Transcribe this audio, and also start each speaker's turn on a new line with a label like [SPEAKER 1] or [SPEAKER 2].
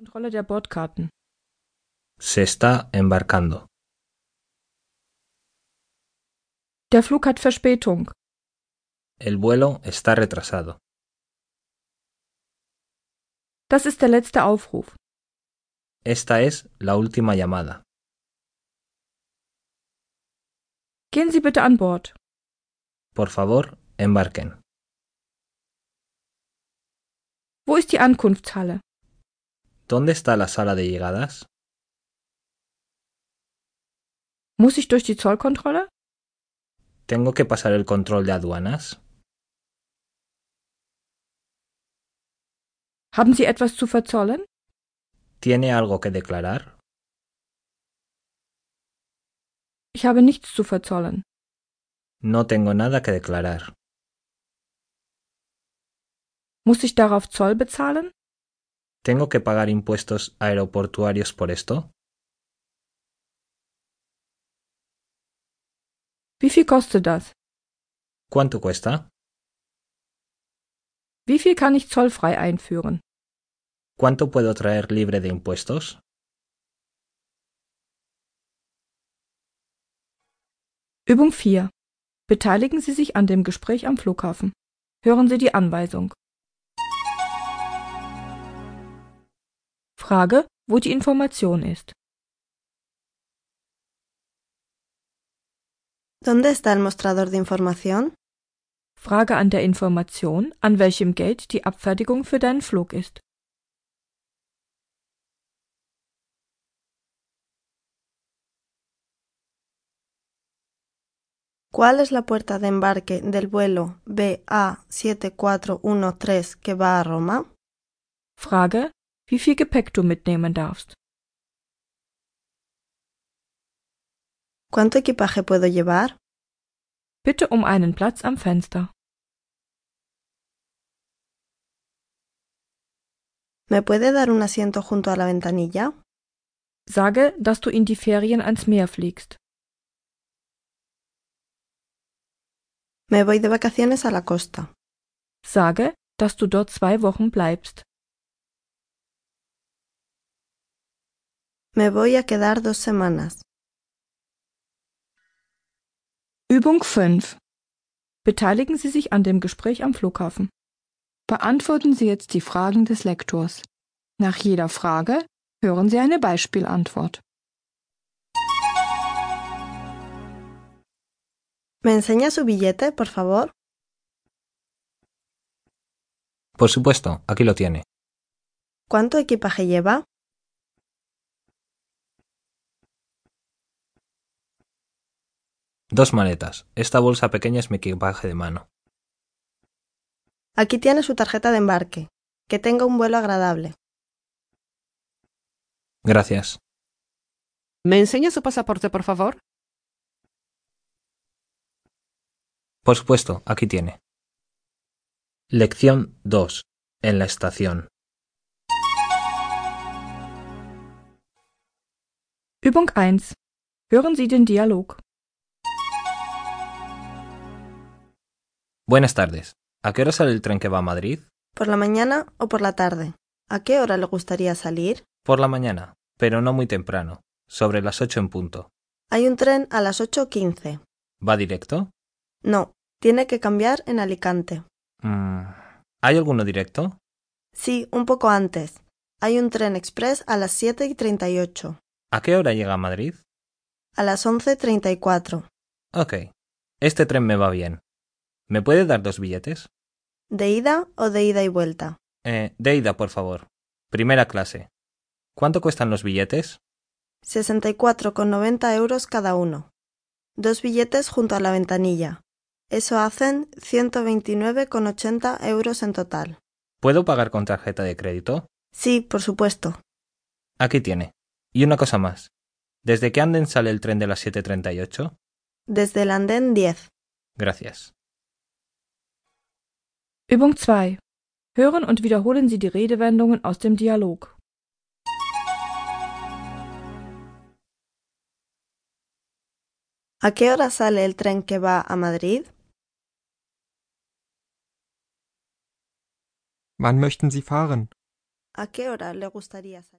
[SPEAKER 1] Kontrolle der Bordkarten.
[SPEAKER 2] Se está embarcando.
[SPEAKER 1] Der Flug hat Verspätung.
[SPEAKER 2] El vuelo está retrasado.
[SPEAKER 1] Das ist der letzte Aufruf.
[SPEAKER 2] Esta es la última llamada.
[SPEAKER 1] Gehen Sie bitte an Bord.
[SPEAKER 2] Por favor, embarquen.
[SPEAKER 1] Wo ist die Ankunftshalle?
[SPEAKER 2] ¿Dónde está la sala de llegadas?
[SPEAKER 1] Muss ich durch die Zollkontrolle?
[SPEAKER 2] ¿Tengo que pasar el control de aduanas?
[SPEAKER 1] Haben Sie etwas zu verzollen?
[SPEAKER 2] ¿Tiene algo que declarar?
[SPEAKER 1] Ich habe nichts zu verzollen.
[SPEAKER 2] No tengo nada que declarar.
[SPEAKER 1] Muss ich darauf Zoll bezahlen?
[SPEAKER 2] ¿Tengo que pagar impuestos aeroportuarios por esto?
[SPEAKER 1] Wie viel kostet das?
[SPEAKER 2] ¿Cuánto cuesta?
[SPEAKER 1] Wie viel kann ich zollfrei einführen?
[SPEAKER 2] ¿Cuánto puedo traer libre de impuestos?
[SPEAKER 1] Übung 4. Beteiligen Sie sich an dem Gespräch am Flughafen. Hören Sie die Anweisung. Frage, wo die Information ist.
[SPEAKER 3] ¿Dónde está el mostrador de información?
[SPEAKER 1] Frage an der Information, an welchem Gate die Abfertigung für deinen Flug ist.
[SPEAKER 3] ¿Cuál es la puerta de embarque del vuelo BA7413 que va a Roma?
[SPEAKER 1] Frage, wie viel Gepäck du mitnehmen darfst.
[SPEAKER 3] ¿Cuánto equipaje puedo llevar?
[SPEAKER 1] Bitte um einen Platz am Fenster.
[SPEAKER 3] ¿Me puede dar un asiento junto a la ventanilla?
[SPEAKER 1] Sage, dass du in die Ferien ans Meer fliegst.
[SPEAKER 3] Me voy de vacaciones a la costa.
[SPEAKER 1] Sage, dass du dort zwei Wochen bleibst.
[SPEAKER 3] Me voy a quedar dos semanas.
[SPEAKER 1] Übung 5. Beteiligen Sie sich an dem Gespräch am Flughafen. Beantworten Sie jetzt die Fragen des Lektors. Nach jeder Frage hören Sie eine Beispielantwort.
[SPEAKER 3] ¿Me enseña su billete, por favor?
[SPEAKER 2] Por supuesto, aquí lo tiene.
[SPEAKER 3] ¿Cuánto equipaje lleva?
[SPEAKER 2] Dos maletas. Esta bolsa pequeña es mi equipaje de mano.
[SPEAKER 3] Aquí tiene su tarjeta de embarque. Que tenga un vuelo agradable.
[SPEAKER 2] Gracias.
[SPEAKER 4] ¿Me enseña su pasaporte, por favor?
[SPEAKER 2] Por supuesto, aquí tiene. Lección 2. En la estación.
[SPEAKER 1] Übung 1. Hören Sie den Dialog.
[SPEAKER 2] Buenas tardes. ¿A qué hora sale el tren que va a Madrid?
[SPEAKER 3] ¿Por la mañana o por la tarde? ¿A qué hora le gustaría salir?
[SPEAKER 2] Por la mañana, pero no muy temprano, sobre las ocho en punto.
[SPEAKER 3] Hay un tren a las 8.15.
[SPEAKER 2] ¿Va directo?
[SPEAKER 3] No, tiene que cambiar en Alicante.
[SPEAKER 2] Mm, ¿Hay alguno directo?
[SPEAKER 3] Sí, un poco antes. Hay un tren express a las 7.38.
[SPEAKER 2] ¿A qué hora llega a Madrid?
[SPEAKER 3] A las 11.34.
[SPEAKER 2] Ok. Este tren me va bien. ¿Me puede dar dos billetes?
[SPEAKER 3] ¿De ida o de ida y vuelta?
[SPEAKER 2] Eh, de ida, por favor. Primera clase. ¿Cuánto cuestan los billetes?
[SPEAKER 3] 64,90 euros cada uno. Dos billetes junto a la ventanilla. Eso hacen 129,80 euros en total.
[SPEAKER 2] ¿Puedo pagar con tarjeta de crédito?
[SPEAKER 3] Sí, por supuesto.
[SPEAKER 2] Aquí tiene. Y una cosa más. ¿Desde qué anden sale el tren de las 7.38?
[SPEAKER 3] Desde el andén 10.
[SPEAKER 2] Gracias.
[SPEAKER 1] Übung 2. Hören und wiederholen Sie die Redewendungen aus dem Dialog.
[SPEAKER 3] ¿A qué hora sale el tren que va a Madrid?
[SPEAKER 5] Wann möchten Sie fahren?
[SPEAKER 3] ¿A qué hora le gustaría salir?